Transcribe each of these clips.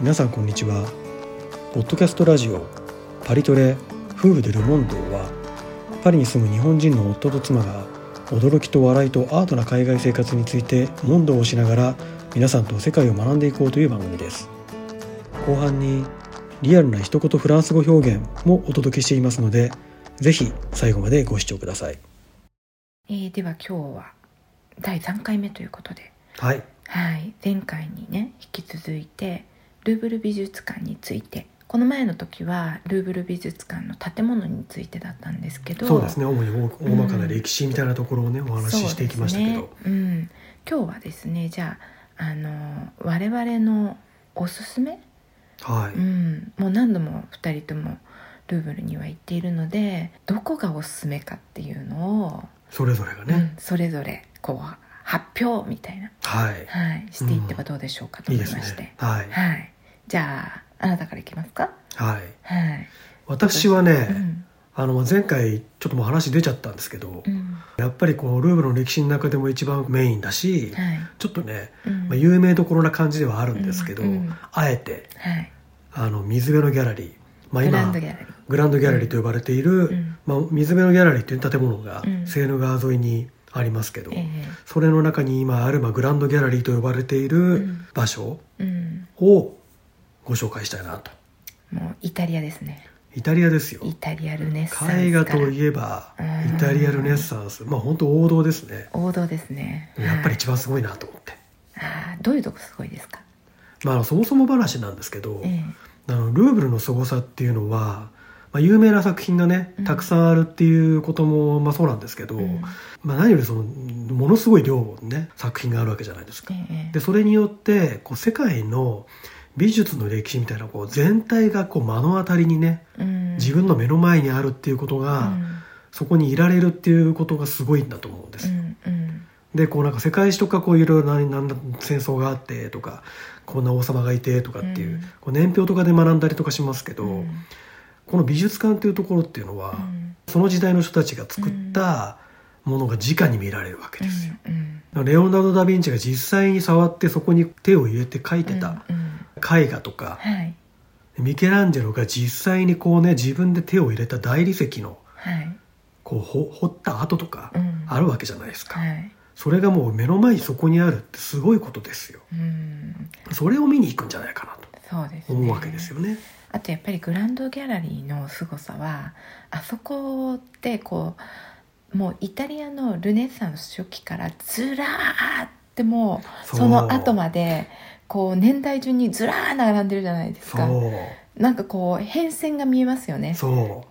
皆さんこんにちはポッドキャストラジオパリトレ夫婦でルモンドはパリに住む日本人の夫と妻が驚きと笑いとアートな海外生活について問答をしながら皆さんと世界を学んでいこうという番組です後半にリアルな一言フランス語表現もお届けしていますのでぜひ最後までご視聴くださいえーでは今日は第3回目ということで、はいはい、前回にね引き続いてルーブル美術館についてこの前の時はルーブル美術館の建物についてだったんですけどそうですね主に大大ままかかなな歴歴史みたいなところをねおお話ししていきましたけど、うん、今日はですねじゃああの我々のおすすめ、はうい、ん、もう何度も2人ともルーブルには行っているのでどこがおすすめかっていうのを、それぞれがうね、ん、それぞれこう発表みたいなはいはい、していってはどうでしょうかといい思いでますして、ねはいはい、じゃああなたからいきますかはいはい、私はね、うんあの前回ちょっともう話出ちゃったんですけど、うんやっぱりこうルーブルの歴史の中でも一番メインだし、はいちょっとね、うんまあ、有名どころな感じではあるんですけど、うんうんあえてはいあの水辺のギャラリー、まあ、グ今ランドギャラリーグランドギャラリーと呼ばれている、んまあ、水辺のギャラリーという建物がうんセーヌ川沿いにありますけど、えそれの中に今ある、まあ、グランドギャラリーと呼ばれているん場所えうん、をご紹介したいなともうイタリアですねイタリアですよイタリアルネッサンスから絵画といえばうんイタリアルネッサンスまあ本当王道ですね王道ですねやっぱりはい一番すごいなと思って、あーどういうとこすごいですかまああの、そもそも話なんですけど、えあのルーブルの凄さっていうのは、まあ、有名な作品がねうんたくさんあるっていうことも、まあ、そうなんですけど、えうんまあ、何よりそのものすごい量のね作品があるわけじゃないですか。えでそれによってこう世界の美術の歴史みたいなこう全体がこう目の当たりにねえうん自分の目の前にあるっていうことうが、んそこにいられるっていうことがすごいんだと思うんでうす。んうんでこうなんか世界史とかこういろいろななんだ戦争があってとかこんな王様がいてとかっていう,、うんこう年表とかで学んだりとかしますけど、うんこの美術館っていうところっていうのは、うんその時代の人たちが作ったものが直に見られるわけですよ。うんレオナルド・ダ・ヴィンチが実際に触ってそこに手を入れて描いてたうんうん絵画とか、はいミケランジェロが実際にこうね自分で手を入れた大理石のはいこうほ掘った跡とかうんあるわけじゃないですか、はいそれがもう目の前にそこにあるってすごいことですようんそれを見に行くんじゃないかなそうですとね思うわけですよねあとやっぱりグランドギャラリーの凄さはあそこってこうもうイタリアのルネサンス初期からずらーってもうそうその後までこう年代順にずらー並んでるじゃないですそかうなんかこう変遷が見えますよねそう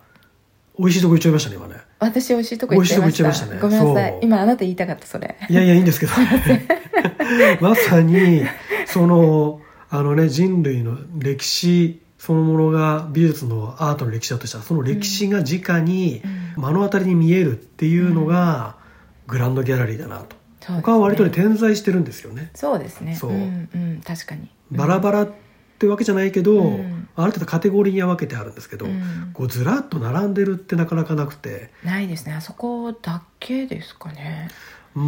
美味しいとこ行っちゃいましたね今ね私美味しいとこ行っちゃいました美味しいとこ行ごっちめゃいましたねんなさそいう今あなた言いたかったそれいやいやいいん ですけどまさにそのあのね人類の歴史そのものが美術のアートの歴史だとしたらその歴史が直にうん目の当たりに見えるっていうのがグランドギャラリーだなとそうですね他は割とね点在してるんですよねそうですねそううんうん確かにバラバラってわけじゃないけど、うんある程度カテゴリーには分けてあるんですけど、うんこうずらっと並んでるってなかなかなくてないですねあそこだけですかねうー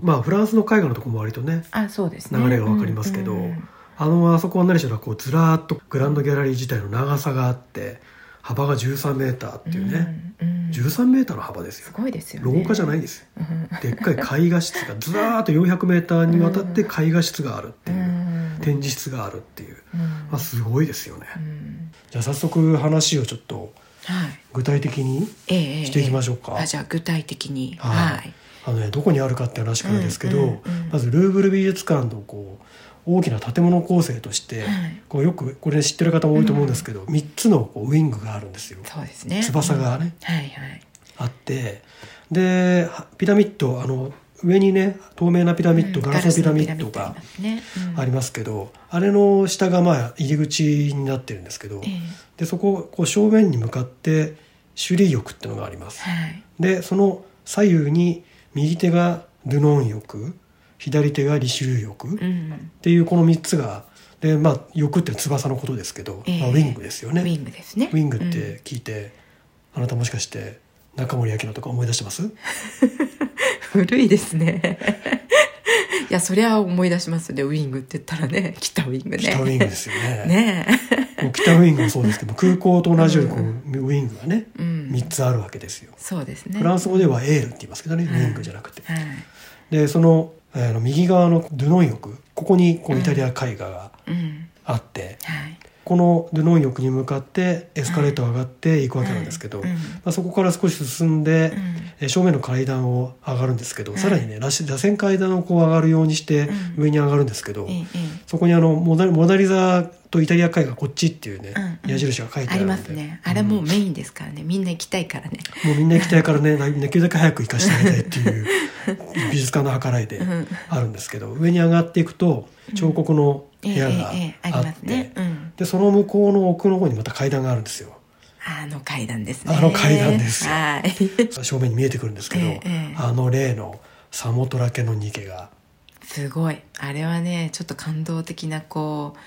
んまあフランスの絵画のとこも割とねあそうですね流れがわかりますけどうんうんあのあそこは何しろこうずらーっとグランドギャラリー自体の長さがあって幅が13メーターっていうね、うんうん13メーターの幅ですすよごいですよね廊下じゃないですようんでっかい絵画室がずらーっと400メーターにわたって絵画室があるってういう、ん展示室があるっていう、うんまあ、すごいですよね、うんじゃあ早速話をちょっとはい具体的にええええしていきましょうかあじゃあ具体的にはいはいあのね、どこにあるかって話からですけど、うんうんうんまずルーブル美術館のこう大きな建物構成として、はいこうよくこれ知ってる方も多いと思うんですけど、3つのこうウィングがあるんですよそうですね翼がね、うんはいはいあってではピラミッドあの上にね透明なピラミッド、うんガラスのピラミッドガラがスのピラミッドありますねうんありますけど、あれの下がまあ入り口になってるんですけど、ええでそここう正面に向かって首里浴っていうのがあります。はいでその左右に右手がルノン翼左手がリシュリュ翼っうんていうこの3つがでまあ翼って翼のことですけど、ええまあ、ウィングですよねウィングですねウィングって聞いて、あなたもしかして 中森明菜とか思い出してますうん古いですね いやそりゃ思い出しますねウイングって言ったらね北ウイングね北ウィングですよね ねもう北ウィングもそうですけど空港と同じようにこう、ウィングがねえ、うん、 3つあるわけですよそうですねフランス語ではエールって言いますけどね、ウィングじゃなくてはいでその,、えーの右側のドゥノン翼ここにこうイタリア絵画がうんあって、はいこのドゥノン翼に向かってエスカレーターを上がっていくわけなんですけど、うんうんまあ、そこから少し進んで、えー正面の階段を上がるんですけど、はいさらにねらし螺旋階段をこう上がるようにしてうん上に上がるんですけど、うんええええそこにあのモナモナリザとイタリア絵画こっちっていうね、うんうん矢印が書いてああるりんでますねあれもううんメインですからね、みんな行きたいからねもうみんな行きたいからねなできるだけ早く行かしてあげたいって いう美術館の計らいでうんあるんですけど上に上がっていくと彫刻の部えええ屋がえええあありまっすねて、うん、でその向こうの奥の方にまた階段があるんですよあの階段ですねあの階段ですよはい正面に見えてくるんですけええどええあの例のサモトラケの逃げがすごいあれはねちょっと感動的なこう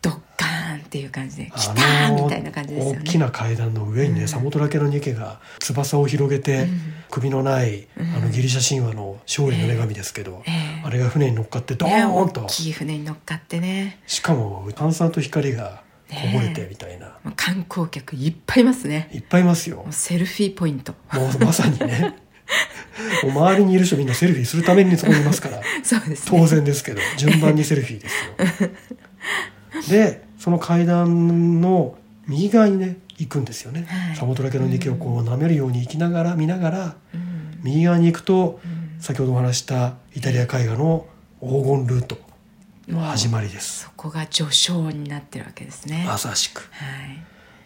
ドッカーンっていう感じできたあーのみたいな感じですよね大きな階段の上にね、うんサモトラケのニケが翼を広げて、うん首のない、うんあのギリシャ神話の勝利の女神ですけど、ええあれが船に乗っかってドねーンと大、きい船に乗っかってねしかも炭酸と光がこぼれてみたいな、もう観光客いっぱいいますねいっぱいいますよもうセルフィーポイントもうまさにねもう周りにいる人みんなセルフィーするためにそこにいますから そうですね当然ですけど順番にセルフィー ですよでその階段の右側にね行くんですよね、はいサボトラケの池をこう舐めるように行きながら見ながらうん右側に行くとうん先ほどお話したイタリア絵画の黄金ルートの始まりですそこが序章になってるわけですねまはさしくい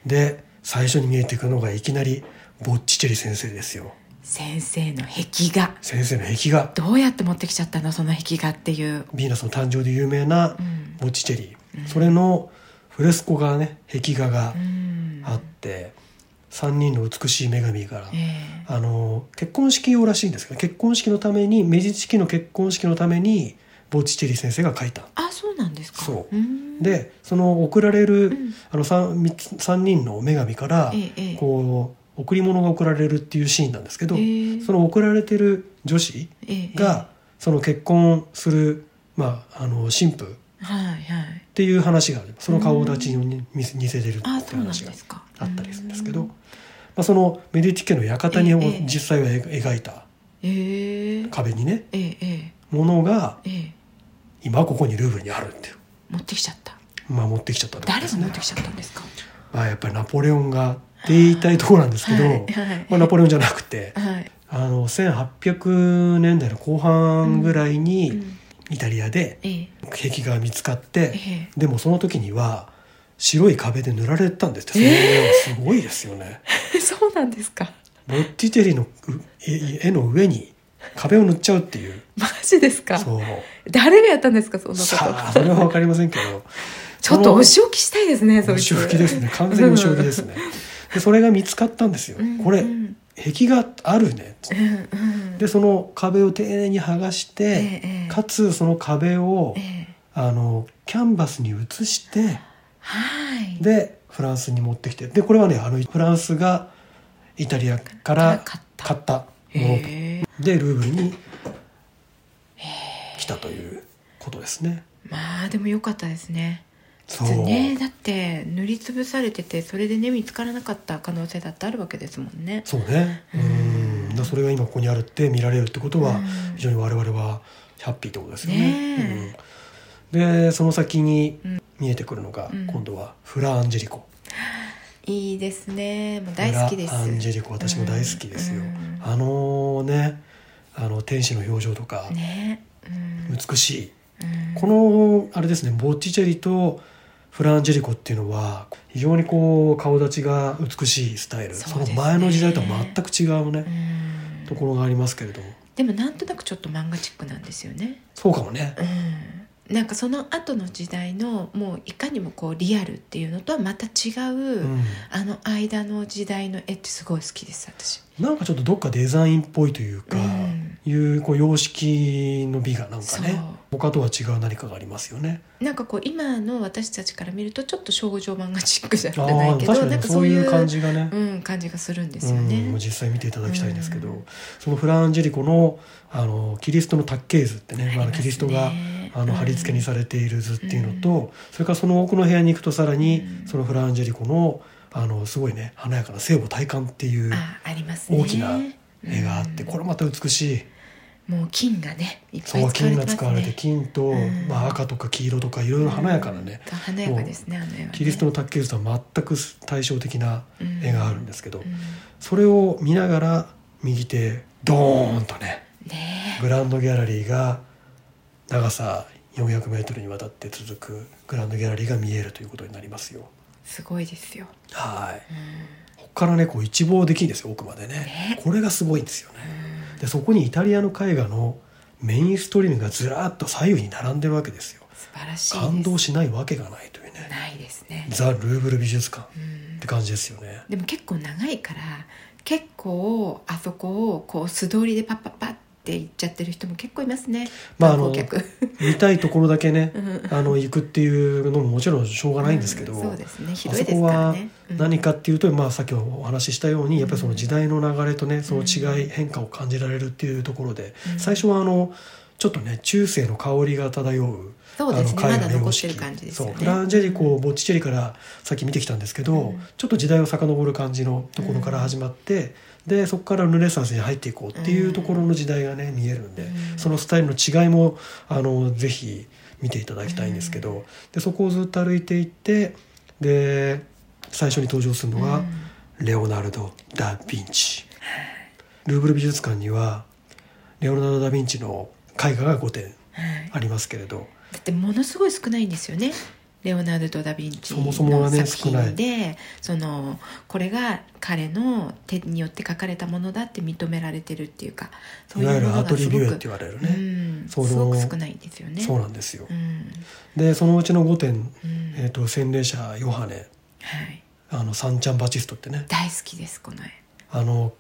で最初に見えてくるのがいきなりボッチチェリ先生ですよ先生の壁画先生の壁画どうやって持ってきちゃったのその壁画っていうヴィーナスの誕生で有名なうんボッチチェリ、それのフレスコがね壁画がうんあって、三人の美しい女神から、えあの結婚式用らしいんですけど結婚式のために明治式の結婚式のためにボッチチェリ先生が書いたあそうなんですかそううんでその送られる、んあの 3, 三人の女神から、ええええこう贈り物が送られるっていうシーンなんですけど、ええその送られてる女子ええが、その結婚する、まあ、あの神父っはいはいていう話があるその顔立ちに似せ似せてるってあそうなんで話がすかあったりするんですけうど、まあ、そのメディティ家の館にをええええ実際は描いたええ壁にねえええものがえええ今ここにルーブルにあるっていう、持ってきちゃったまあ、持ってきちゃったってこと誰でがす持ねってきちゃったんですかまあ、やっぱりナポレオンがって言いたいところなんですけど、はいはいまあ、ナポレオンじゃなくてはいあの1800年代の後半ぐらいうにんイタリアでええ壁画が見つかって、えでもその時には白い壁で塗られてたんですってその絵はすごいですよね。え そうなんですかボッティチェリのう絵絵の上に壁を塗っちゃうっていうマジですかそう誰がやったんですかそんなこさあとそれは分かりませんけどちょっとお仕置きしたいですねそおいつ仕置きですね完全にお仕置きですねでそれが見つかったんですようんこれうん壁があるねうんうんでその壁を丁寧に剥がしえてえかつその壁をええあのキャンバスに写してはいでフランスに持ってきてでこれはねあのフランスがイタリアから買った買ったものええでルーブルに来たということですね。まあでも良かったですねそうねだって塗りつぶされててそれでね見つからなかった可能性だってあるわけですもんねそうねうんだからそれが今ここにあるって見られるってことうはん非常に我々はハッピーってことですよねね。うん、でその先にうん見えてくるのがうん今度はフラ・アンジェリコ。いいですねもう大好きですフラ・アンジェリコ私も大好きですよ。うんあのねあの天使の表情とかねうん美しい。うんこのあれですねボッチチェリとフランジェリコっていうのは非常にこう顔立ちが美しいスタイルそ,、そうですねの前の時代とは全く違うねう、んところがありますけれどもでもなんとなくちょっと漫画チックなんですよねそうかもねうんなんかその後の時代のもういかにもこうリアルっていうのとはまた違う、うん、あの間の時代の絵ってすごい好きです私なんかちょっとどっかデザインっぽいというか、うんいうこう様式の美がなんかそうね他とは違う何かがありますよね。なんかこう今の私たちから見るとちょっと少女漫画チックじゃあないあ確けどかなんにかそそうういいうう感じがね。うん、感じがするんですよね。うん、実際見ていただきたいんですけど、うんそのフランジェリコのあのキリストの卓系図ってねありまますあ、ねキリストがあの貼り付けにされている図っていうのと、うそれからその奥の部屋に行くとさらに、うんそのフランジェリコのあのすごいね華やかな聖母体感っていうあありますね大きな絵があって、これまた美しいうんもう金がねいっぱそいう使わ金れてがますね使われて金と、うんまあ、赤とか黄色とかいろいろ華やかなね、うん華やかですねあの絵はねキリストの卓球図とは全く対照的な絵があるんですけど、うんそれを見ながら右手ドーンとねねグランドギャラリーが長さ400メートルにわたって続くグランドギャラリーが見えるということになりますよ。えすごいですよ、はい。うんここからねこう一望できるんですよ奥までね。ねこれがすごいんですよね。でそこにイタリアの絵画のメインストリームがずらっと左右に並んでるわけですよ。素晴らしいです感動しないわけがないというね。ないですね、ザ・ルーブル美術館うっんて感じですよね。でも結構長いから結構あそこをこう素通りでパッパッパッって行っちゃってる人も結構いますねまあ観光客見たいところだけねうんあの行くっていうのももちろんしょうがないんですけど、うんそうですねあ広そいですこからはね何かかっていうと、まあ、さっきお話ししたようにやっぱりその時代の流れとねその違い変化を感じられるっていうところで、うん最初はあのちょっとね中世の香りが漂うそうですあねのま絵だ画の様残って式る感じですよそうねフランジェリコボッチチェリからさっき見てきたんですけど、うんちょっと時代を遡る感じのところから始まって、でそこからルネサンスに入っていこうっていうところの時代がね見えるんで、うんそのスタイルの違いもあのぜひ見ていただきたいんですけど、でそこをずっと歩いていってで最初に登場するのが、うんレオナルド・ダ・ヴィンチルーブル美術館にはレオナルド・ダ・ヴィンチの絵画が5点はいありますけれど。だってものすごい少ないんですよねレオナルド・ダ・ヴィンチそもそもはのね作品で、そのこれが彼の手によって描かれたものだって認められてるっていうかそういわいゆうもるのアがトすリごビューくって言われるうね、んすそのごく少ないんですよね。そうなんですよ、うんでそのうちの5点、うんえー、と洗礼者ヨハネはい、あのサンチャン・バチストってね大好きですこの絵。あの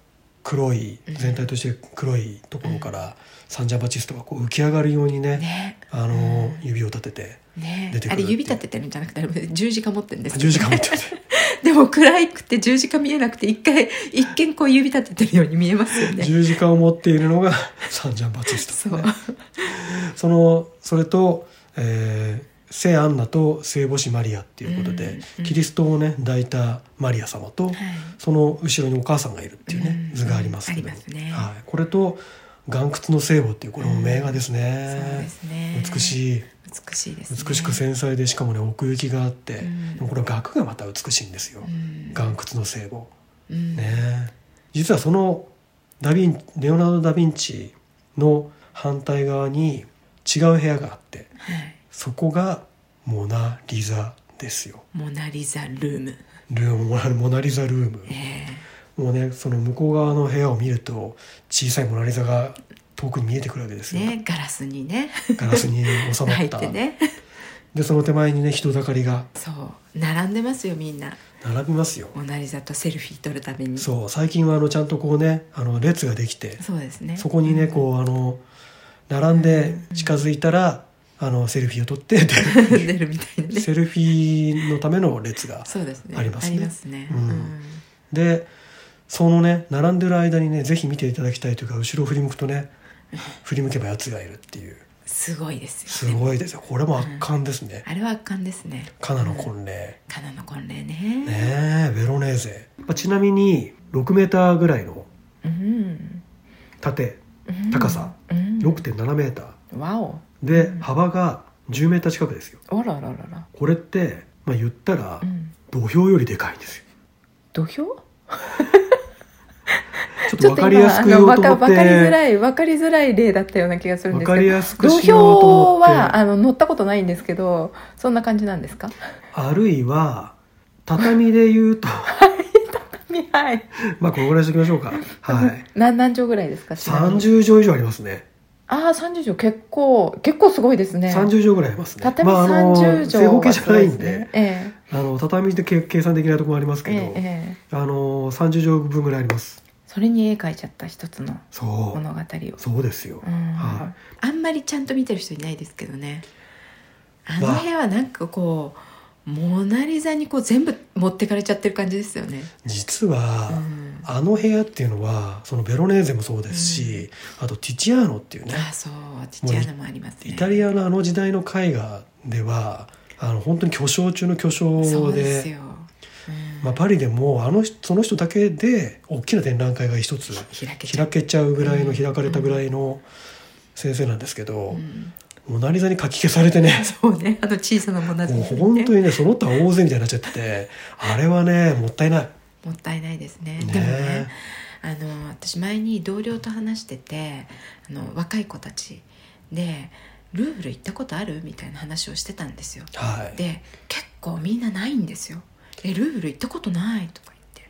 黒いうん全体として黒いところからサンチャン・バチストがこう浮き上がるようにねねあの指を立ててね出てくるあってれいう指立ててるんじゃなくてあれ十字架持ってるんですけど十字架持ってて でも暗くて十字架見えなくて一回一見こう指立ててるように見えますよね。十字架を持っているのがサンチャン・バチスそト、うね、そのそれと、えー聖アンナと聖母子マリアっていうことうでん、うんキリストをね抱いたマリア様と、はいその後ろにお母さんがいるっていうね、うん図がありますけどありますねはい、これと「岩窟の聖母」っていうこれも名画ですそうねで,、すね。美いしい美しいです、ね。美しく繊細でしかもね奥行きがあって、うんでもこれ額がまた美しいんですよ、うん岩窟の聖母うんね実はそのダヴィンレオナルド・ダ・ヴィンチの反対側に違う部屋があってはい。そこがモナ・リザですよモナリザルーム。ルームモナモナリザルーム、えもうねその向こう側の部屋を見ると小さいモナ・リザが遠くに見えてくるわけですえよ、ねガラスにねガラスに収ま 入っったてね。でその手前にね人だかりがそう並んでますよみんな並びますよ、モナリザとセルフィー撮るために。そう最近はあのちゃんとこうねあの列ができてそうですね。そこにねこうあの並んで近づいたらあのセルフィーを撮 ってで出るみたい なね。セルフィーのための列がそうですね。ありますねありますね。うんでそのね並んでる間にねぜひ見ていただきたいというか後ろを振り向くとね振り向けばやつがいるっていうすごいですすよね。ごいですよこれも圧巻ですねあれは圧巻ですね。カナの婚礼カナの婚礼ね。ねえベロネーゼまあちなみに6メーターぐらいのうん。縦うん高さ。うん。 6.7メーターわお。で幅が10メーター近くですよあらららら。これって、まあ、言ったらうん。土俵よりでかいんです よ土俵。ちょっと分かりやすく言おうと思ってわかりづらい、わかりづらい例だったような気がする分んですかりけど。やすく土しようと俵思っては、あの、乗ったことないんですけど、そんな感じなんですか。 あるいは畳で言うと はい。まあこれぐらいにしておきましょう かはい何、何畳ぐらいですか。ちなみに30畳以上ありますねああ、三十畳、結構、結構すごいですね。 30畳ぐらいありますね畳三の正十畳方形はじすゃごないでんすでね。ええあの畳で計計算できなところもありますけえど、えええあの30畳分ぐらいありますそれに絵描いちゃった一つのそ物語を、うそうですよ、うんはあんまりちゃんと見てる人いないですけどねあのわ部屋はなんかこうモナ・リザにこう全部持ってかれちゃってる感じですよね、実うは、ん、あの部屋っていうのはそのベロネーゼもそうですし、あとティチアーノっていうねあそうちっちゃいのもありますねイタリアのあの時代の絵画ではあの本当に巨匠中の巨匠そうでですよ、うんまあ、パリでもあの人その人だけで大きな展覧会が一つ開けちゃ開う、けちゃうぐらいの、うん開かれたぐらいの先生なんですけど、うん、 モナ・リザに書き消されてねそうねあの小さなモナ・リザもうね本当にねその他大勢みたいになっちゃっててあれはねもったいない。もったいないですねねでもねあの私前に同僚と話しててあの若い子たちで「ルーブル行ったことある?」みたいな話をしてたんですよはい、で結構みんなないんですよ「えルーブル行ったことない」とか言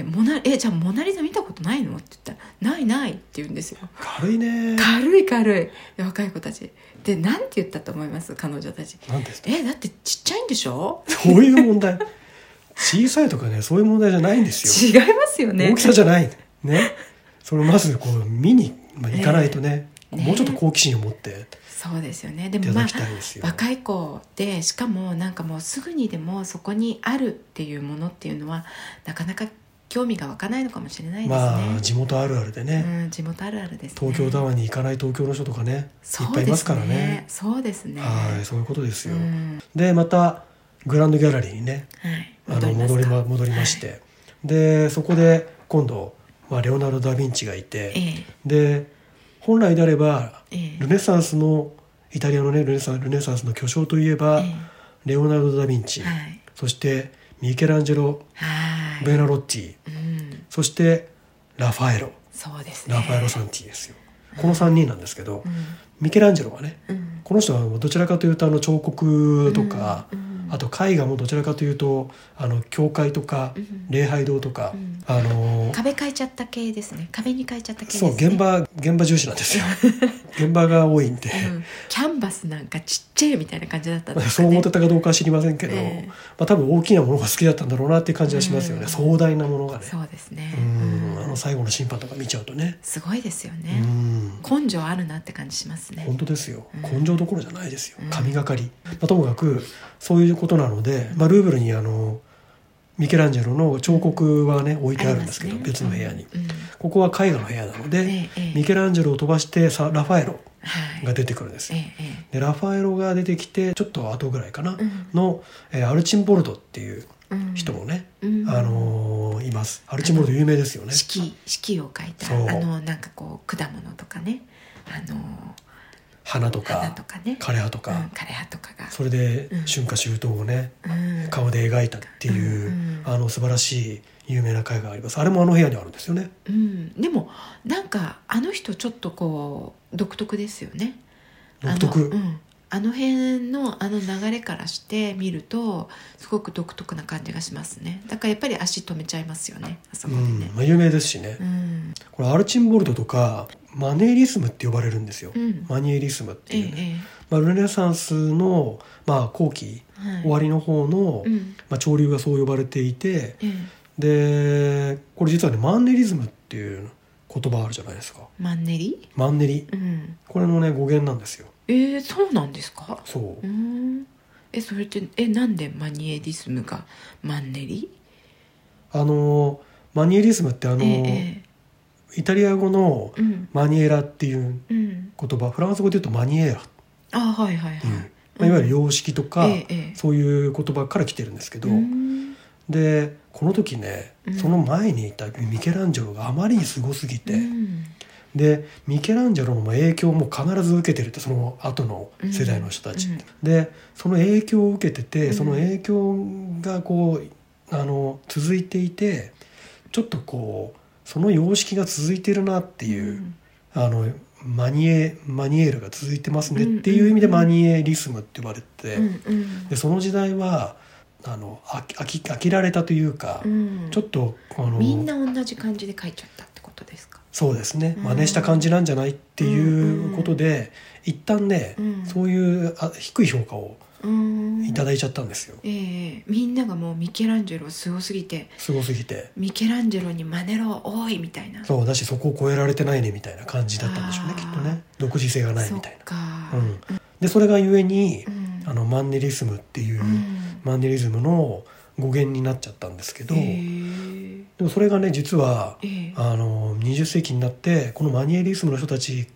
って「でモナえじゃあモナ・リザ見たことないの?」って言ったら「ないない」って言うんですよ軽いね軽い軽いで若い子たちでなんて言ったと思います彼女たちなんですえだってちっちゃいんでしょそういう問題小さいとかねそういう問題じゃないんですよ、違いますよね大きさじゃないねそれまずこう見に、まあ、行かないとね、ええねもうちょっと好奇心を持ってそうですよねでいもたまだあきたいですよ、若い子でしかもなんかもうすぐにでもそこにあるっていうものっていうのはなかなか興味が湧かないのかもしれないですね、まあ地元あるあるでね、うん、地元あるあるですね東京タワーに行かない東京の人とかねいっぱいいますからねそうですねはいそそういうことですうですよ、ねうんでまたグランドギャラリーにねはいあの戻りすかま戻りまして、でそこで今度、まあ、レオナルド・ダ・ヴィンチがいて、ええで本来であればええルネサンスのイタリアのねルネサンルネサンスの巨匠といえば、えレオナルド・ダ・ヴィンチ、えはいそしてミケランジェロ・はいベナロッティ、うんそしてラファエロそうですねラファエロ・サンティですよ、この3人なんですけど、うんミケランジェロはねうんこの人はどちらかというとあの彫刻とか、うんあと絵画もどちらかというとあの教会とかうん礼拝堂とか、うんあの壁変えちゃった系ですね壁に変えちゃった系ですそうね現場現場重視なんです よ現場が多いんで、うんキャンバスなんかちっちゃいみたいな感じだったんですかそねう思ってたかどうかは知りませんけど、ええまあ、多分大きなものが好きだったんだろうなっていう感じはしますよね、うん壮大なものがねそうですねう。んうんあの最後の審判とか見ちゃうとねすごいですようね。ん根性あるなって感じしますね。本当ですようん根性どころじゃないですようん神がかり、まあ、ともかくそういうことなので、まあ、ルーブルにあのミケランジェロの彫刻はね置いてあるんですけどります別ねの部屋に、うんうんここは絵画の部屋なので、ええええミケランジェロを飛ばしてさラファエロはい。が出てくるんですえよ、ええでラファエロが出てきてちょっと後ぐらいかな、んの、えーアルチンボルドっていうえうん人もね、うんあのーいますアルチンボルド有名ですよね四季四季を書いたそうあのなんかこう果物とかね、あの花と花かとかね、枯れ葉とうんか、枯葉とかが、それでうん春夏秋冬をね、うん顔で描いたっていう、うんあの素晴らしい有名な絵画がありますあれもあの部屋にあるんですよねうんでもなんかあの人ちょっとこう独特ですよね。独特、あの,、うん、あの辺のあの流れからして見るとすごく独特な感じがしますねだからやっぱり足止めちゃいますよねあそこでうんねまあ、有名ですしね、うん、これアルチンボルドとかマネーリスムって呼ばれるんですよ、うんマニエリスムってええいう、ねえまあ、ルネサンスの、まあ、後期、えはい終わりの方の、うんまあ、潮流がそう呼ばれていてええでこれ実はねマンネリズムっていう言葉あるじゃないですかマンネリマンネリうんこれのね語源なんですよええそうなんですかそううーんえそれってえなんでマニエリスムがマンネリあのマニエリズムってあの、えええイタリア語のえうんマニエラっていううん言葉フランス語で言うとマニエラあはいはいっていう、はいまあ、いわゆる様式とか、ええええそういう言葉から来てるんですけど、うんでこの時ねうんその前にいたミケランジェロがあまりにすごすぎて、うんでミケランジェロの影響も必ず受けてるってその後の世代の人たち、うんでその影響を受けてて、うんその影響がこうあの続いていてちょっとこうその様式が続いてるなっていう、んあのマニエマニエールが続いてますねっていう意味でうんうんマうんニエリスムって呼ばれて、うんうんでその時代はあの飽き飽き飽きられたというか、うんちょっとあのみんな同じ感じで書いちゃったってことですか。そうですねうん真似した感じなんじゃないっていうことで、一旦ね、うんそういうあ低い評価をいただいちゃったんですよええみんながもうミケランジェロすごすぎてすごすぎてミケランジェロに真似ろ多いみたいなそうだしそこを超えられてないねみたいな感じだったんでしょうねあーきっとね独自性がないみたいそっかな、うん、でそれがゆえにうんあのマンネリズムっていう、うんマンネリズムの語源になっちゃったんですけど、ええでもそれがね実はええあの20世紀になってこのマニエリズムの人たち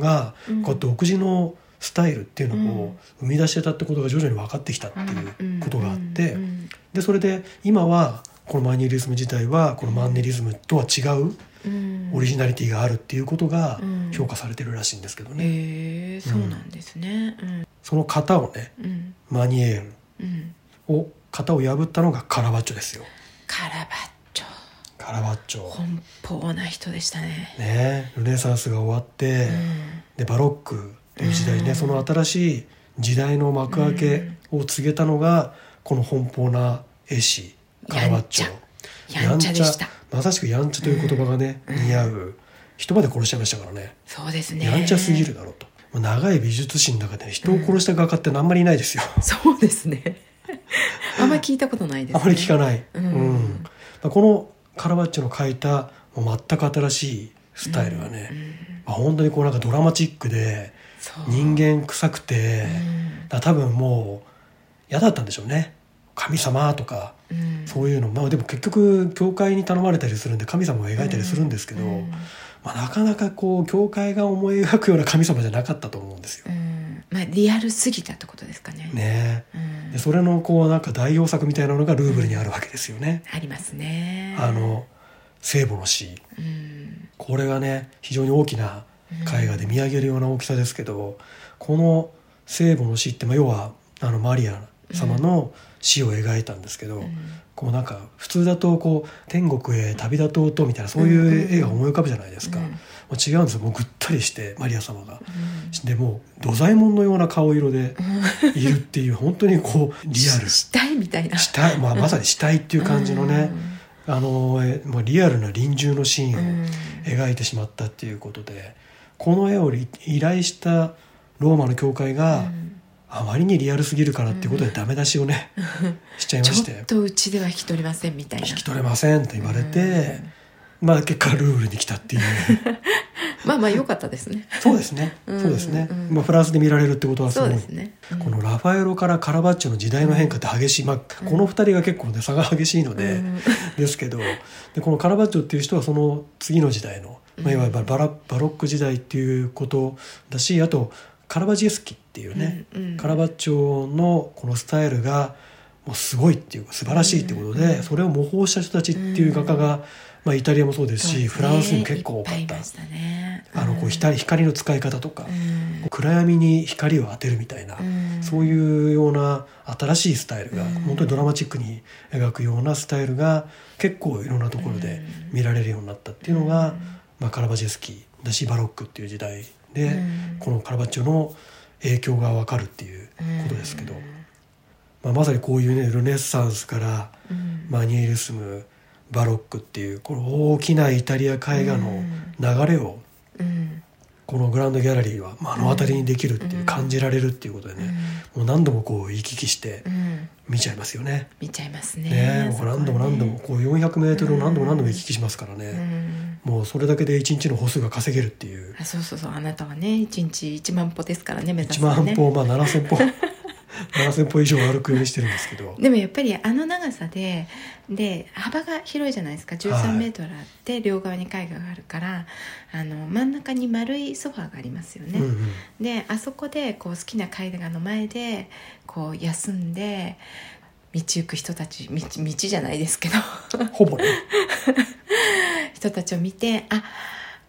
がうんこう独自のスタイルっていうのうをん生み出してたってことが徐々に分かってきたってうんいううんことがあってうんうんでそれで今はこのマニエリズム自体はこのマンネリズムとは違ううんオリジナリティがあるっていうことがうん評価されてるらしいんですけどねええそうなんですねその型をねうんうんマニエールうんを型を破ったのがカラバッチョですよカラバッチョカラバッチョ奔放な人でしたねねルネサンスが終わって、うんでバロックという時代ね、うんその新しい時代の幕開けを告げたのが、この奔放な絵師カラバッチョやんやんちゃでしたやんちゃまさしくやんちゃという言葉がね、似合う人まで殺しちゃいましたからねそうですねやんちゃすぎるだろうとまあ長い美術史の中でね、人を殺した画家ってあんまりいないですよ、そうですね あんまり聞いたことないです、ね、あまり聞かない、うんまあこのカラバッチョの描いたもう全く新しいスタイルはね、まあ、本当にこうなんかドラマチックでそう人間臭くて、うんだから多分もう嫌だったんでしょうね神様とかうんそういうのまあでも結局教会に頼まれたりするんで神様を描いたりするんですけど、うんまあ、なかなかこう教会が思い描くような神様じゃなかったと思うんですよう。んまあリアルすぎたってことですかねねえうんでそれのこうなんか代表作みたいなのがルーブルにあるわけですよね。ありますねあの聖母の死うんこれがね非常に大きな絵画で見上げるような大きさですけど、この聖母の死って、まあ、要はあのマリア様の死を描いたんですけど、うんこうなんか普通だとこう天国へ旅立とうとみたいなそういう絵が思い浮かぶじゃないですか、うんもう違うんですよもうぐったりしてマリア様が。でもう土左衛門のような顔色でいるっていう本当にこうリアルししたいみたいな死体、まあ、まさに死体っていう感じのね、あのえまあ、リアルな臨終のシーンうをん描いてしまったっていうことでこの絵を依依頼したローマの教会うが、んあまりにリアルすぎるからっていうことでダメ出しをね、しちゃいまちしょってとうちでは引き取りませんみたいな引き取れませんと言われて、まあ結果ルールに来たっていう まあまあ良かったですねそうですねうんそうですね、うんまあ、フランスで見られるってことはすそごういですねうんこのラファエロからカラバッチョの時代の変化って激しい、まあ、この2人が結構ね差が激しいので、うん ですけどでこのカラバッチョっていう人はその次の時代の、まあ、いわゆるバラバロック時代っていうことだしあとカラバジエスキっていうね、うんうんカラバッチョのこのスタイルがもうすごいっていうか素晴らしいっていうことで、それを模倣した人たちっていう画家が、まあ、イタリアもそうですしそうですねフランスにも結構多かっいっぱたいいましたねあのこう光光の使い方とか、うん暗闇に光を当てるみたいな。うんそういうような新しいスタイルが、うん本当にドラマチックに描くようなスタイルが結構いろんなところで見られるようになったっていうのが、うんまあ、カラバジェスキーだしバロックっていう時代で、うんこのカラバッチョの影響がわかるっていうことですけど、まあ、まさにこういうねルネッサンスからうんマニエリスムバロックっていうこの大きなイタリア絵画の流れをうんこのグランドギャラリーは目の当たりにできるっていう、感じられるっていうことでね、もう何度もこう行き来してうん見ちゃいますよね。見ちゃいますねねそもうこは何度も何度もこう400メートルを何度も何度も行き来しますからうね。んもうそれだけで一日の歩数が稼げるっていう。あそうそうそうあなたはね一日一万歩ですからね目指す1の万ね歩、まあ7000歩、7000歩以上歩くようにしてるんですけど。でもやっぱりあの長さでで幅が広いじゃないですか1はい3メートルあって両側に絵画があるからあの真ん中に丸いソファーがありますよね、うんうんであそこでこう好きな絵画の前でこう休んで道行く人たち道道じゃないですけど ほぼね。人たちを見てあ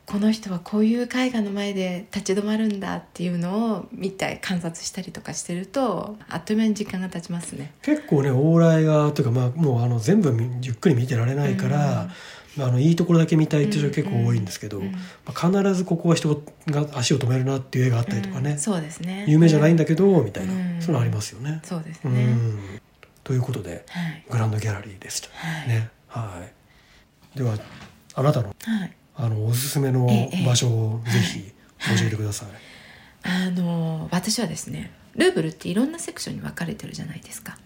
この人はこういう絵画の前で立ち止まるんだっていうのを見たり観察したりとかしてるとあっという間に時間が経ちますね。結構ね、往来が、というかまあもうあの全部みゆっくり見てられないから、まああのいいところだけ見たいっていう人が結構多いんですけど、うんうんまあ必ずここは人が足を止めるなっていう絵があったりとかね、うんそうですね有名じゃないんだけど、みたいな、うんそういうのありますよね。そうですうね、んということではいグランドギャラリーでした、はい、ねはい、ではあなたのはい、あのおすすめのええ場所をぜひ教えてください、あの私はですねルーブルっていろんなセクションに分かれてるじゃないですか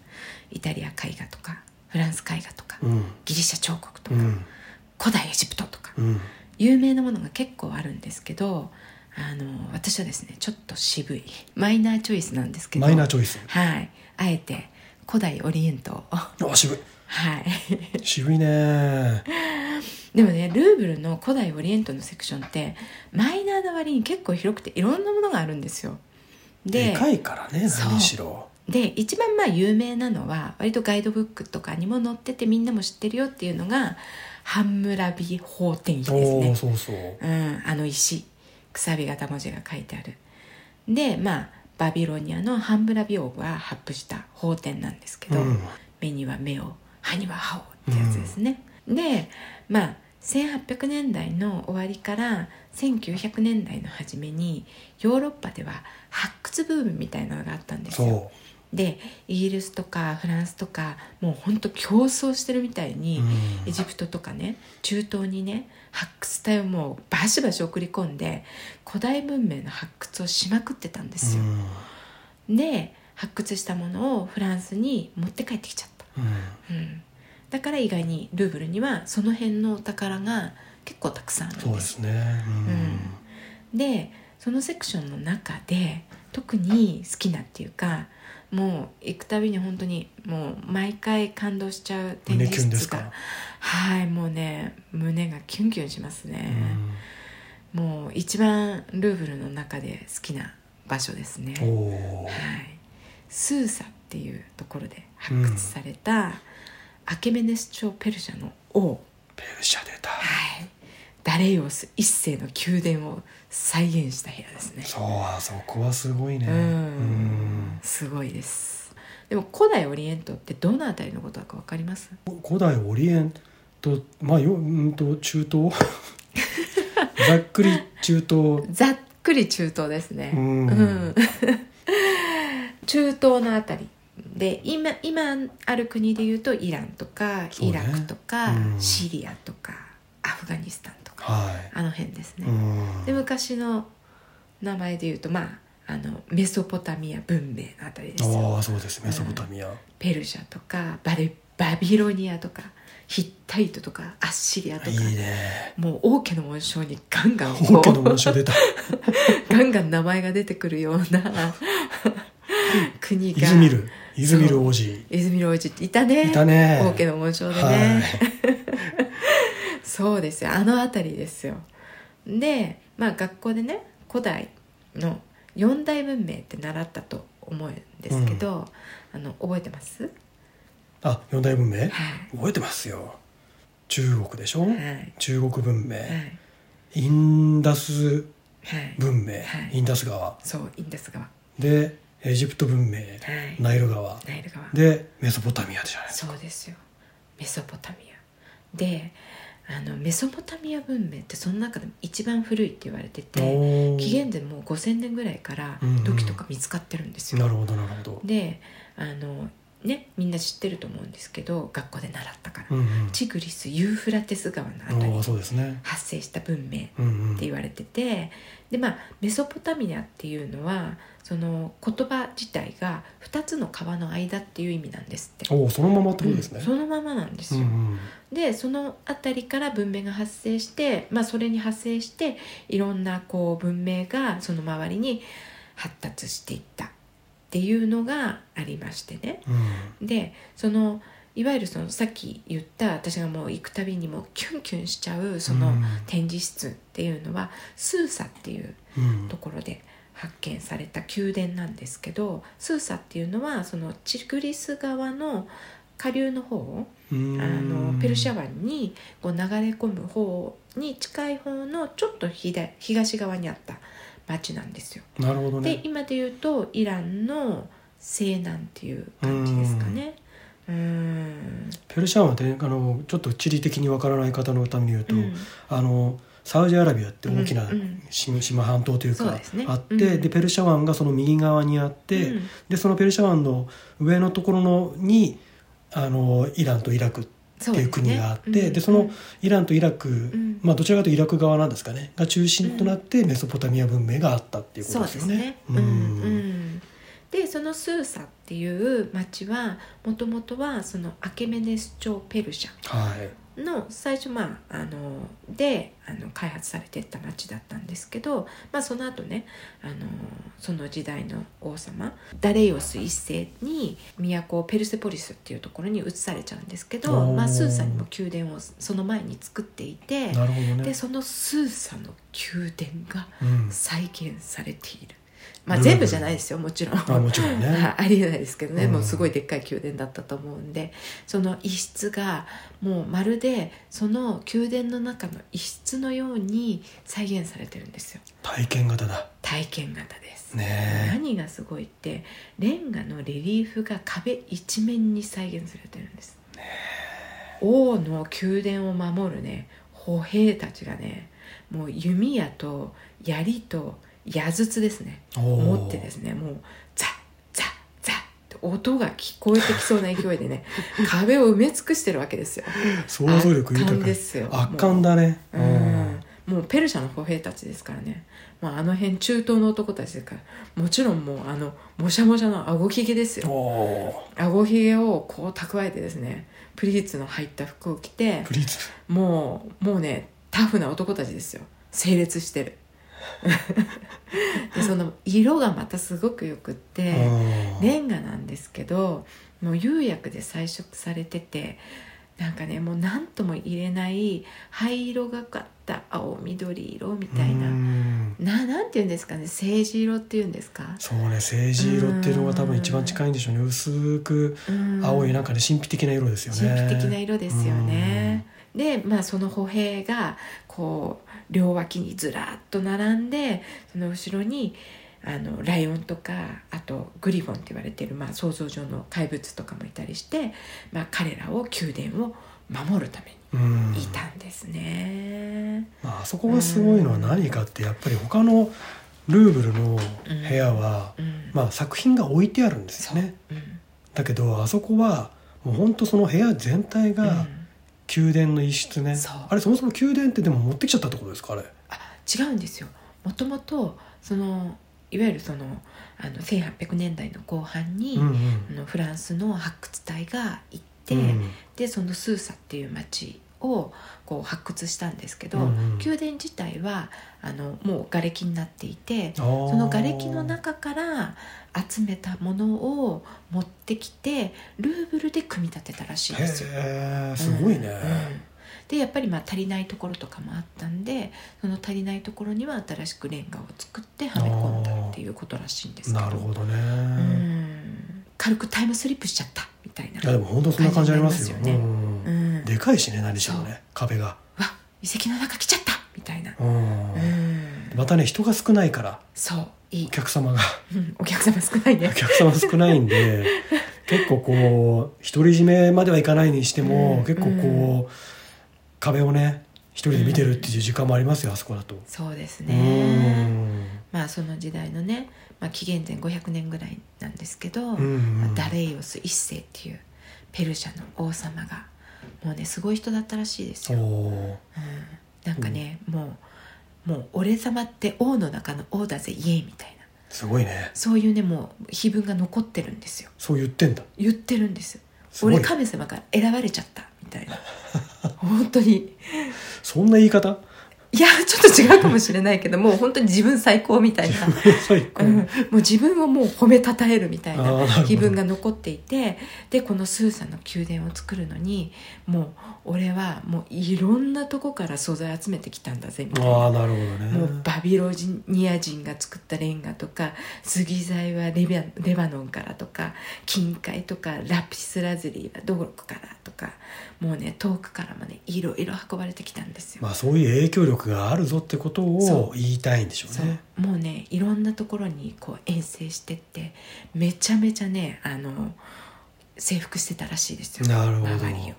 イタリア絵画とかフランス絵画とか、うんギリシャ彫刻とうか、ん古代エジプトとか、うん有名なものが結構あるんですけどあの私はですねちょっと渋いマイナーチョイスなんですけどマイナーチョイスはいあえて古代オリエントを はあ渋いい渋いねでもねルーブルの古代オリエントのセクションってマイナーな割に結構広くていろんなものがあるんですよで でかいからねそう何しろで一番まあ有名なのは割とガイドブックとかにも載っててみんなも知ってるよっていうのがハンムラビ法典碑ですおねーそうそううん、あの石くさび型文字が書いてあるでまあバビロニアのハンブラビ王が発布した法典なんですけど、うん目には目を歯には歯をってやつですね、でまあ1800年代の終わりから1900年代の初めにヨーロッパでは発掘ブームみたいなのがあったんですよそでイギリスとかフランスとかもうほんと競争してるみたいに、ううんエジプトとかね中東にね発掘隊をもうバシバシ送り込んで古代文明の発掘をしまくってたんですよ、で発掘したものをフランスに持って帰ってきちゃった、うんうん、だから意外にルーブルにはその辺のお宝が結構たくさんあるんですそうですねでそのセクションの中で特に好きなっていうかもう行くたびに本当にもう毎回感動しちゃううん展胸キュ示ンで室すがかはいもうね胸がキュンキュンしますうね、んもう一番ルーブルの中で好きな場所ですね、おーはい、スーサっていうところで発掘された、アケメネス朝ペルシャの王ペルシャ出たはいダレイオス一世の宮殿を再現した部屋ですねそうあそこはすごいねううんんすごいですでも古代オリエントってどのあたりのことだかわかります古代オリエントまあようんと中 東ざっくり中東ざっくり中東ですねうんん中東のあたりで今今ある国でいうとイランとか、そうイねラクとか、うんシリアとかアフガニスタンとかはあの辺ですいね、うんで昔の名前でいうとまああのメソポタミア文明のあたりですよああそうですメソポタミアペルシャとかバレバビロニアとかヒッタイトとかアッシリアといかいねもう王家の紋章にガンガンこう本家の紋章 出たガンガン名前が出てくるよう な国イがズミルイズミル王子イズミル王子っていたねいたね王家の紋章でね、はいそうですよあの辺りですよでまあ学校でね古代の四大文明って習ったと思うんですけど、あの覚えてますあ四大文明はい覚えてますよ中国でしょはい中国文明はいインダスはい文明はいインダス川そうインダス川はでエジプト文明いナイル川ナイル川でメソポタミアじゃないですかそうですよメソポタミアであのメソポタミア文明ってその中でも一番古いって言われてておー紀元前もう5,000年ぐらいからうんうん土器とか見つかってるんですよ、なるほどなるほどであのねみんな知ってると思うんですけど学校で習ったから、うんうんチグリスユーフラテス川のあたりああそうですね発生した文明うんうんって言われててでまあメソポタミアっていうのはその言葉自体が2つの川の間っていう意味なんですって。おおそのままってことですねうんそのままなんですうんよ、うんでその辺りから文明が発生して、まあ、それに派生していろんなこう文明がその周りに発達していったっていうのがありましてねうんでそのいわゆるそのさっき言った私がもう行くたびにもうキュンキュンしちゃうそのうん展示室っていうのはスーサっていううんところで発見された宮殿なんですけどスーサっていうのはそのチグリス川の下流の方をうんあのペルシャ湾にこう流れ込む方に近い方のちょっと左東側にあった町なんですよ。なるほどでね今で言うとイランの西南っていう感じですかね。うーんペルシャ湾ってあのちょっと地理的にわからない方のために言うと、うんあのサウジアラビアって大きなうんうん島,、半島というそうかですねあって、うんでペルシャ湾がその右側にあって、うんでそのペルシャ湾の上のところのにあのイランとイラクってそういでうす国ねがあって、うんでそのイランとイラク、んまあ、どちらかというとイラク側なんですかねが中心となってメソポタミア文明があったっていうこそとうでですすよねね。。うんうんでそのスーサっていう町はもともとはそのアケメネス朝ペルシャはいの最初まああのであの開発されてった町だったんですけど、まあ、その後ねあのその時代の王様ダレイオス一世に都ペルセポリスっていうところに移されちゃうんですけど、おーまあ、スーサにも宮殿をその前に作っていてなるほどねでそのスーサの宮殿がうん、再現されている。まあ、なるほど全部じゃないですよもちろんあもちろんね はいありえないですけどね、うんもうすごいでっかい宮殿だったと思うんでその一室がもうまるでその宮殿の中の一室のように再現されてるんですよ体験型だ体験型です、ね何がすごいってレンガのレリーフが壁一面に再現されてるんです、王の宮殿を守るね歩兵たちがねもう弓矢と槍と矢筒ですねえ持ってですすねもうザッザッザッって音が聞こえてきそうな勢 いでね壁を埋め尽くしてるわけですよ想像力豊圧か巻ですよ圧巻だねもううんもうペルシャの歩兵たちですからね、まあ、あの辺中東の男たちですからもちろんもうあのもしゃもしゃの顎ひげですおよお顎ひげをこう蓄えてですねプリーツの入った服を着てープリーズもうもうねタフな男たちですよ整列してる でその色がまたすごくよくって、うんレンガなんですけどもう釉薬で彩色されててなんかねもう何とも言えない灰色がかった青緑色みたいうなんななんて言うんですかね政治色っていうんですかそうね政治色っていうのが多分一番近いんでしょうね薄くうん青いなんかね神秘的な色ですよね神秘的な色ですよね。で、まあ、その歩兵がこう両脇にずらっと並んでその後ろにあのライオンとかあとグリフォンって言われてる、まあ、想像上の怪物とかもいたりして、まあ、彼らを宮殿を守るためうんにいたんですね。まああそこがすごいのは何かってやっぱり他のルーブルの部屋は、うんまあ、作品が置いてあるんですよねうんだけどあそこはもうほんとその部屋全体うがん宮殿の一室ね、そうあれそもそも宮殿ってでも持ってきちゃったってことですかあれあ違うんですよもともとそのいわゆるそのあの1800年代の後半に、うんうんあのフランスの発掘隊が行って、うんでそのスーサっていう町をこう発掘したんですけど、うんうん宮殿自体はあのもう瓦礫になっていてあーその瓦礫の中から集めたものを持ってきてルーブルで組み立てたらしいんですよ。へえすごいね、うんでやっぱりまあ足りないところとかもあったんでその足りないところには新しくレンガを作ってはめ込んだっていうことらしいんですけどなるほどね、うん軽くタイムスリップしちゃったみたいないやでも本当そんな感じありますよ感じになりうんうん、でかいしね何しろね壁が、うわ遺跡の中来ちゃったみたいな、うんうんまたね人が少ないからそういいお、客様がうん、お客様少ないおね客様少ないんで結構こう独り占めまではいかないにしても、うん結構こう壁をね一人で見てるっていう時間もありますよあそこだと。そうですうねんまあその時代のね、まあ、紀元前500年ぐらいなんですけど、うんうんダレイオス一世っていうペルシャの王様がもうねすごい人だったらしいですそよ、ううん、なんかね、もうもう俺様って王の中の王だぜイエイみたいなすごいねそういうねもう碑文が残ってるんですよそう言ってんだ言ってるんですよすごい俺神様から選ばれちゃったみたいな本当にそんな言い 方いやちょっと違うかもしれないけどもう本当に自分最高みたいな、 最高、うん、もう自分をもう褒めたたえるみたいあーななるほど気分が残っていてでこのスーさんの宮殿を作るのにもう俺はもういろんなとこから素材集めてきたんだぜみたいなああなるほどもねうバビロニア人が作ったレンガとか杉材はレバレバノンからとか金塊とかラピスラズリーはどこからとかもうね遠くからもねいろいろ運ばれてきたんですよ、まあそういう影響力があるぞってことをそ言いたいんでしょうそうねもうねいろんなところにこう遠征してってめちゃめちゃねあの征服してたらしいですよなるほど周りを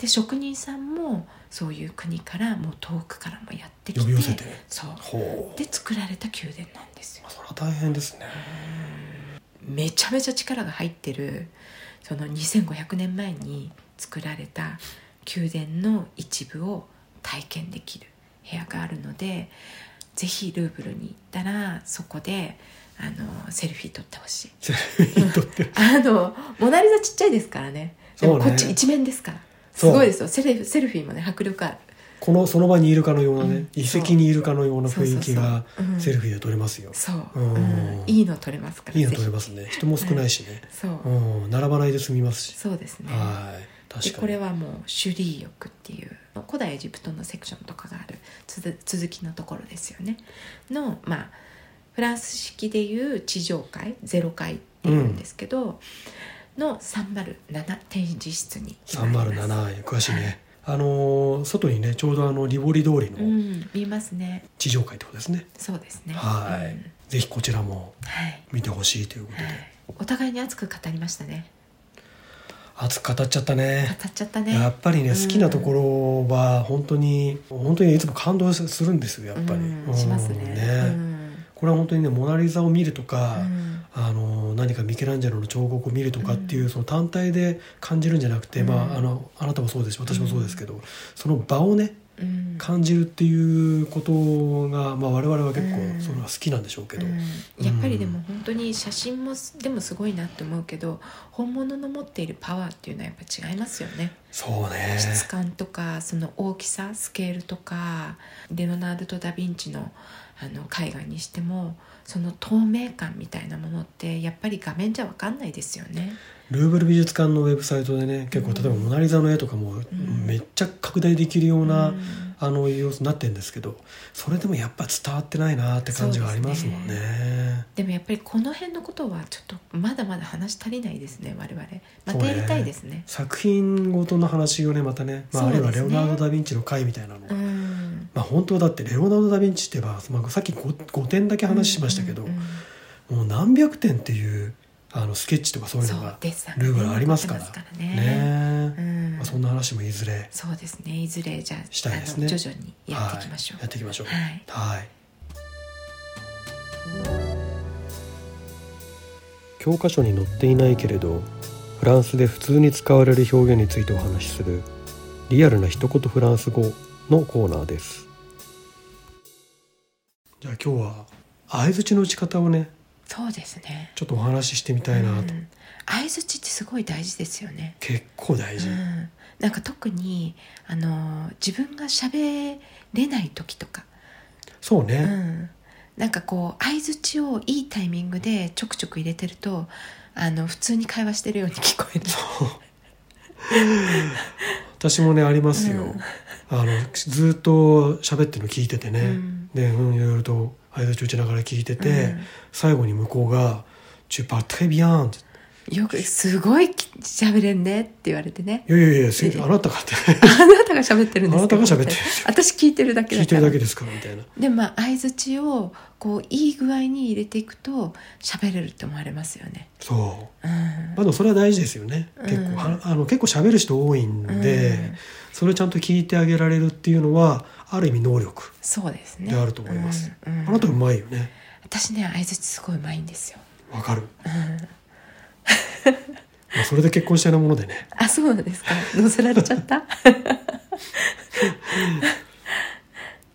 で職人さんもそういう国からもう遠くからもやってきて呼び寄せてそうほうで作られた宮殿なんですよまあそれは大変ですねめちゃめちゃ力が入ってるその2500年前に作られた宮殿の一部を体験できる部屋があるのでぜひルーブルに行ったらそこであのセルフィー撮ってほしい撮ってる あのモナ・リザちっちゃいですからねでもそうこねっち一面ですからすそうごいですよセルフセルフィーもね迫力あるこのその場にいるかのようなね、うん遺跡にいるかのような雰囲気がそうそうそううんセルフィーで撮れますよ、そう、うんうんいいの撮れますからいいの撮れぜますね人も少ないしねひ、そう、うん、並ばないで済みますし、そうですねはい確かでにこれはもうシュリー浴っていう古代エジプトのセクションとかがあるつづ続きのところですよねのまあフランス式でいう地上階ゼロ階っていうんですけど、の307展示室に今います307詳しいねあのー外にねちょうどあのリボリ通りうのん見ますね地上階ってことですね、そうですねはい、うんぜひこちらもはい見てほしいということでお互いに熱く語りましたね熱く語っちゃった語ねっちゃったねやっぱりねうん好きなところは本当に本当にいつも感動するんですよやっぱり、うん、しますねうんうんこれは本当にね「モナ・リザ」を見るとか、うんあの何かミケランジェロの彫刻を見るとかっていう、うんその単体で感じるんじゃなくて、うんまあ、あのあなたもそうですし私もそうですけど、その場をねうん感じるっていうことが、まあ、我々は結うん構その好きなんでしょうけど、うんやっぱりでも本当に写真もすでもすごいなって思うけど本物の持っているパワーっていうのはやっぱ違いますよねそうね質感とかその大きさスケールとかレオナルド・ダ・ヴィンチのあの絵画にしてもその透明感みたいなものってやっぱり画面じゃ分かんないですよね。ルーブル美術館のウェブサイトでね結構例えば「モナ・リザ」の絵とかもんめっちゃ拡大できるような、うんあの様子になってるんですけどそれでもやっぱ伝わってないなって感じがありますもんねそう。でもやっぱりこの辺のことはちょっとまだまだ話足りないですね我々またやりたいですね。作品ごとの話をねまたね、まあ、そあうでるすいねはレオナルド・ダ・ヴィンチの回みたいなのが、うんまあ、本当だってレオナルド・ダ・ヴィンチってば、まあ、さっき 5, 5点だけ話しましたけど、うんうんうんもう何百点っていうあのスケッチとかそういうのそうがデッサンがねルーブルありますから残ってますからねねうえんまあ、そんな話もいずれ、そうですねいずれじゃあしたいですねあの徐々にやっていきましょう、はいやっていきましょうはいはい教科書に載っていないけれどフランスで普通に使われる表現についてお話しする「リアルな一言フランス語」のコーナーですじゃあ今日は相づちの打ち方をねそうですねちょっとお話ししてみたいなと、うん相づちってすごい大事ですよね、結構大う事、ん、なんか特にあの自分が喋れない時とか、そううね、ん、なんかこう相づちをいいタイミングでちょくちょく入れてるとあの普通に会話してるように聞こ える私もねありますよ、うんあのずっと喋ってるの聞いててね、うんで、うん、いろいろと相づち打ちながら聞いてて、うん最後に向こうが「チュパトレビアン」って よく「すごいき喋れんね」って言われてね「いやいやいやすあなたが」って「あなたが喋ってるんですけどあなたが喋ってる私 聞いてるだけ聞だいかてらるだけですからみたいなでまあ相づちをこういい具合に入れていくと喋れるって思われますよね。そうう、んまあ、でもそれは大事ですよね、うん結構はあの結構喋る人多いんで、うんそれをちゃんと聞いてあげられるっていうのはある意味能力そうですね。であると思います、うんうんあなたうまいよね私ね相づちすごいうまいんですよ。わかる、 うんまあ、それで結婚したようなものでねあそうなんで すか。乗せられちゃった。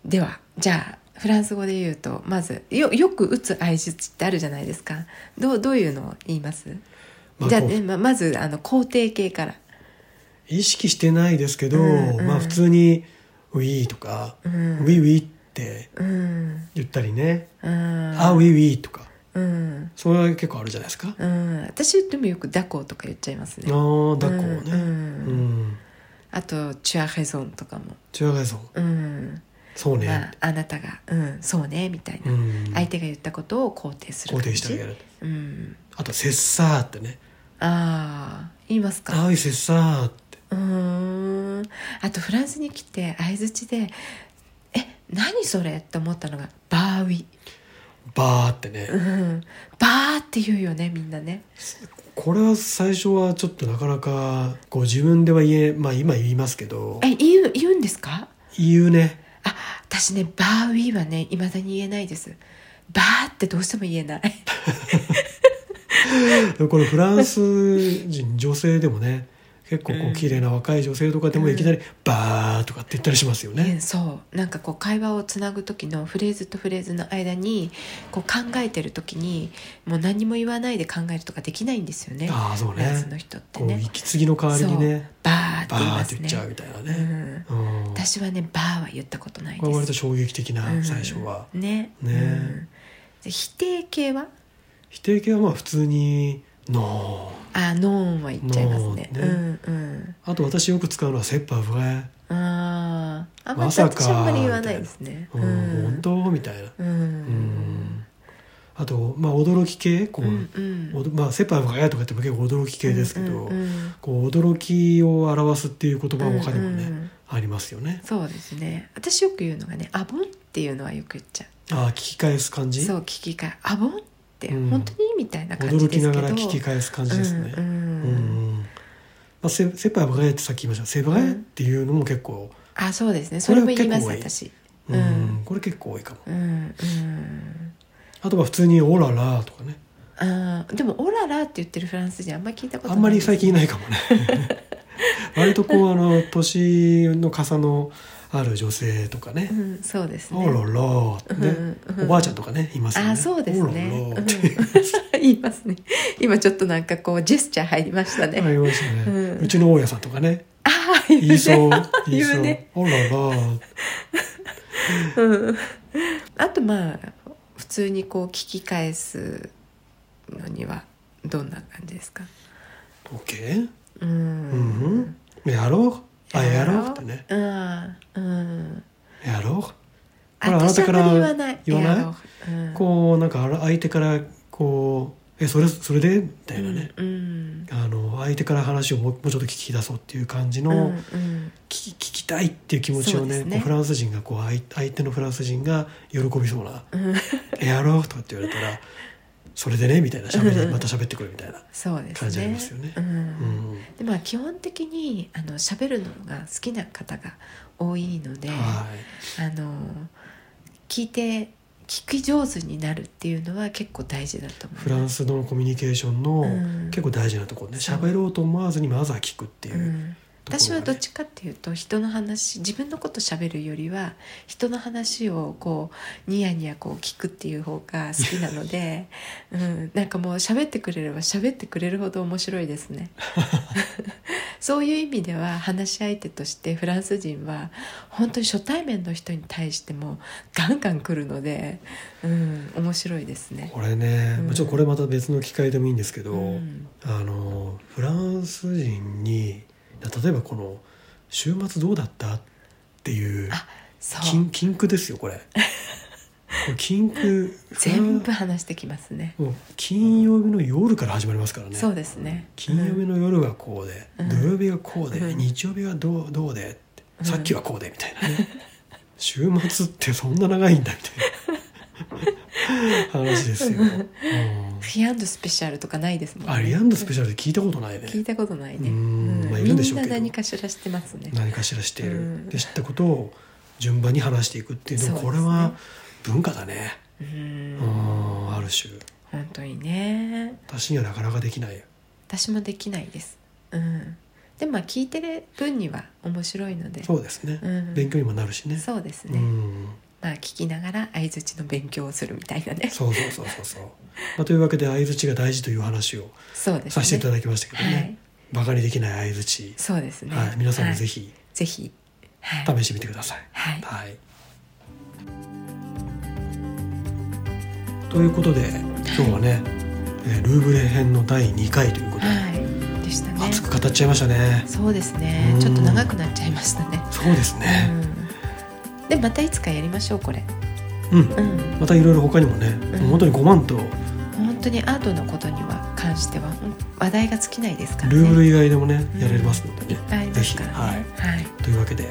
ではじゃあフランス語で言うとまずよよく打つ相づちってあるじゃないですか。どうどういうのを言います？まあじゃあ、こうねままずあの肯定形から。意識してないですけど、うんうんまあ普通に「ウィー」とか「んウィウィ」ってうん言ったりね「うんあウィウィ」とかうん。それは結構あるじゃないですか、うん、私でもよく「ダコ」とか言っちゃいますねあーだっこうねんううんんあと「チュアヘゾン」とかも中華街さん「うん、そうね、まあ、あなたが、うん、そうね」みたいな、うん相手が言ったことを肯定する肯感定じしてあげるうん、あと「せっさー」ってねああ言います「あかおいせっさー」ってうーんあとフランスに来て相づちで「え何それ?」って思ったのが「バーウィ」 「ばー」ってね、うん「バー」って言うよねみんなねこれは最初はちょっとなかなかこう自分では言えまあ今言いますけどえ言う言うんですか言うねあ私ねバーウィーはねいまだに言えないですバーってどうしても言えない でもこれフランス人女性でもね結構こうんう綺麗な若い女性とかでもいきなり「バー」とかって言ったりしますよえね。え そうなんかこう会話をつなぐ時のフレーズとフレーズの間にこう考えてる時にもう何も言わないで考えるとかできないんですよねああそうフランスのね。人ってこうね息継ぎの代わりにねバーってバ言いーっまてす言っちゃうねみたいなうね。んうん、こ私はねバーは言ったことないれ割でとす衝撃的うなん最初は。ねねうんで否定形は否定形はまあ普通に「ノーあノーンは言っちゃいますねノーうんうん」あと私よく使うのは「切羽不安あーあんまりまさか私あんまり言わないですね」うん「本当?」みたいな。うんうんあとまあ驚き系こう、うんうんおどまあ「切羽不安」とかっても結構驚き系ですけど。うんうんこう驚きを表すっていう言葉は他にもね、うんうんありますよね。そうですね私よく言うのがね「アボン」っていうのはよく言っちゃああ聞き返す感うじ、そう聞き返「アボン」ってうん本当にみたいな感じ驚できすけどながら聞き返す感じですね。うんううんんうんまあせセパイバガヤってさっき言いました。セパガヤっていうのも結構、あそうですねこそれれはも言います結構多い私ううんんこれ結構多いかも。うんうんあとは普通にオララとかね、あーでも「オララ」って言ってるフランス人あんまり聞いたことあないんまり最近いないないかも ね。割とこうあの年の重のある女性とかねう、んそうですねオララってね、うんうんおばあちゃんとかねいますよね。あそうですオねララってうん 言いますね今ちょっとなんかこうジェスチャー入りましたね、ありましたね、ううんちの大家さんとかねああ言う言ねい そう言い言そううねあららうんあとまあ普通にこう聞き返すのにはどんな感じですか OK ううんん、うん、やろうあやろうってねうんうんやろうこれあな私たあんかまらり言わない言わないやろううんこうなんかあら相手からこうえそれそれでみたいなね、うんあの相手から話をもうもうちょっと聞き出そうっていう感じの、うんうん聞き聞きたいっていう気持ちをそうでねすねこうフランス人がこう相相手のフランス人が喜びそうなうん「えやろう」とかって言われたら「それでね」みたいな喋りまた喋ってくるみたいな、そうですね感じありますよねうんうん、でまあ基本的にあの喋るのが好きな方が多いので、はいあの聞いて聞き上手になるっていうのは結構大事だと思うフランスのコミュニケーションのうん結構大事なところねそう喋ろうと思わずにまずは聞くっていうう、ん、ところがね私はどっちかっていうと人の話自分のこと喋るよりは人の話をこうニヤニヤこう聞くっていう方が好きなの で、うん、なんかもう喋ってくれれば喋ってくれるほど面白いです ねそういう意味では話し相手としてフランス人は本当に初対面の人に対してもガンガン来るので、うん、面白いですね。これね、うんまあちょっとこれまた別の機会でもいいんですけど、うんあのフランス人に例えばこの「週末どうだった?」っていうあそう禁禁句ですよ これこれ禁句全フ部話してきますね。ランもう金曜日の夜から始まりますからねそうですね金曜日の夜はこうで、うん土曜日がこうで、うん日曜日はどうどうでって、うんさっきはこうでみたいなね週末ってそんな長いんだみたい な話ですよ、うんフィアンドスペシャルとかないですもんねアリアンドスペシャルで聞いたことないね聞いたことないねうーんまあいみるんでしんょうけどな何かしら知ってますね何かしらしている、うんで知ったことを順番に話していくっていうのはそうこでれすねは文化だねうーうんんある種本当にね私にはなかなかできないよ私もできないですうんでもまあ聞いてる分には面白いのでそうですね、うん勉強にもなるしねそうですうねんまあ聞きながら相槌の勉強をするみたいなねそうそうそうそうそう、まあ、というわけで相槌が大事という話をそうですねさせていただきましたけどね、はいバカにできない相槌、そうですねはい、皆さんもぜひひぜひはい試してみてください、はいはいということで今日はね、えールーブレ編の第2回ということで、はいでしたね熱く語っちゃいましたねそうですねうんちょっと長くなっちゃいましたねそうですねうんでまたいつかやりましょうこれうん、うんまたいろいろ他にもね、んもう本当に5万と本当にアートのことには関してはうん話題が尽きないですからねルーブル以外でもね、うんやられますのでいっね、ぱいありまぜすひからねはいはい、というわけで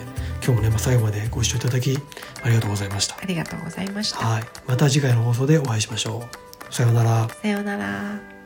今日もね、まあ、最後までご視聴いただきありがとうございましたありがとうございました、はいまた次回の放送でお会いしましょうさようならさようなら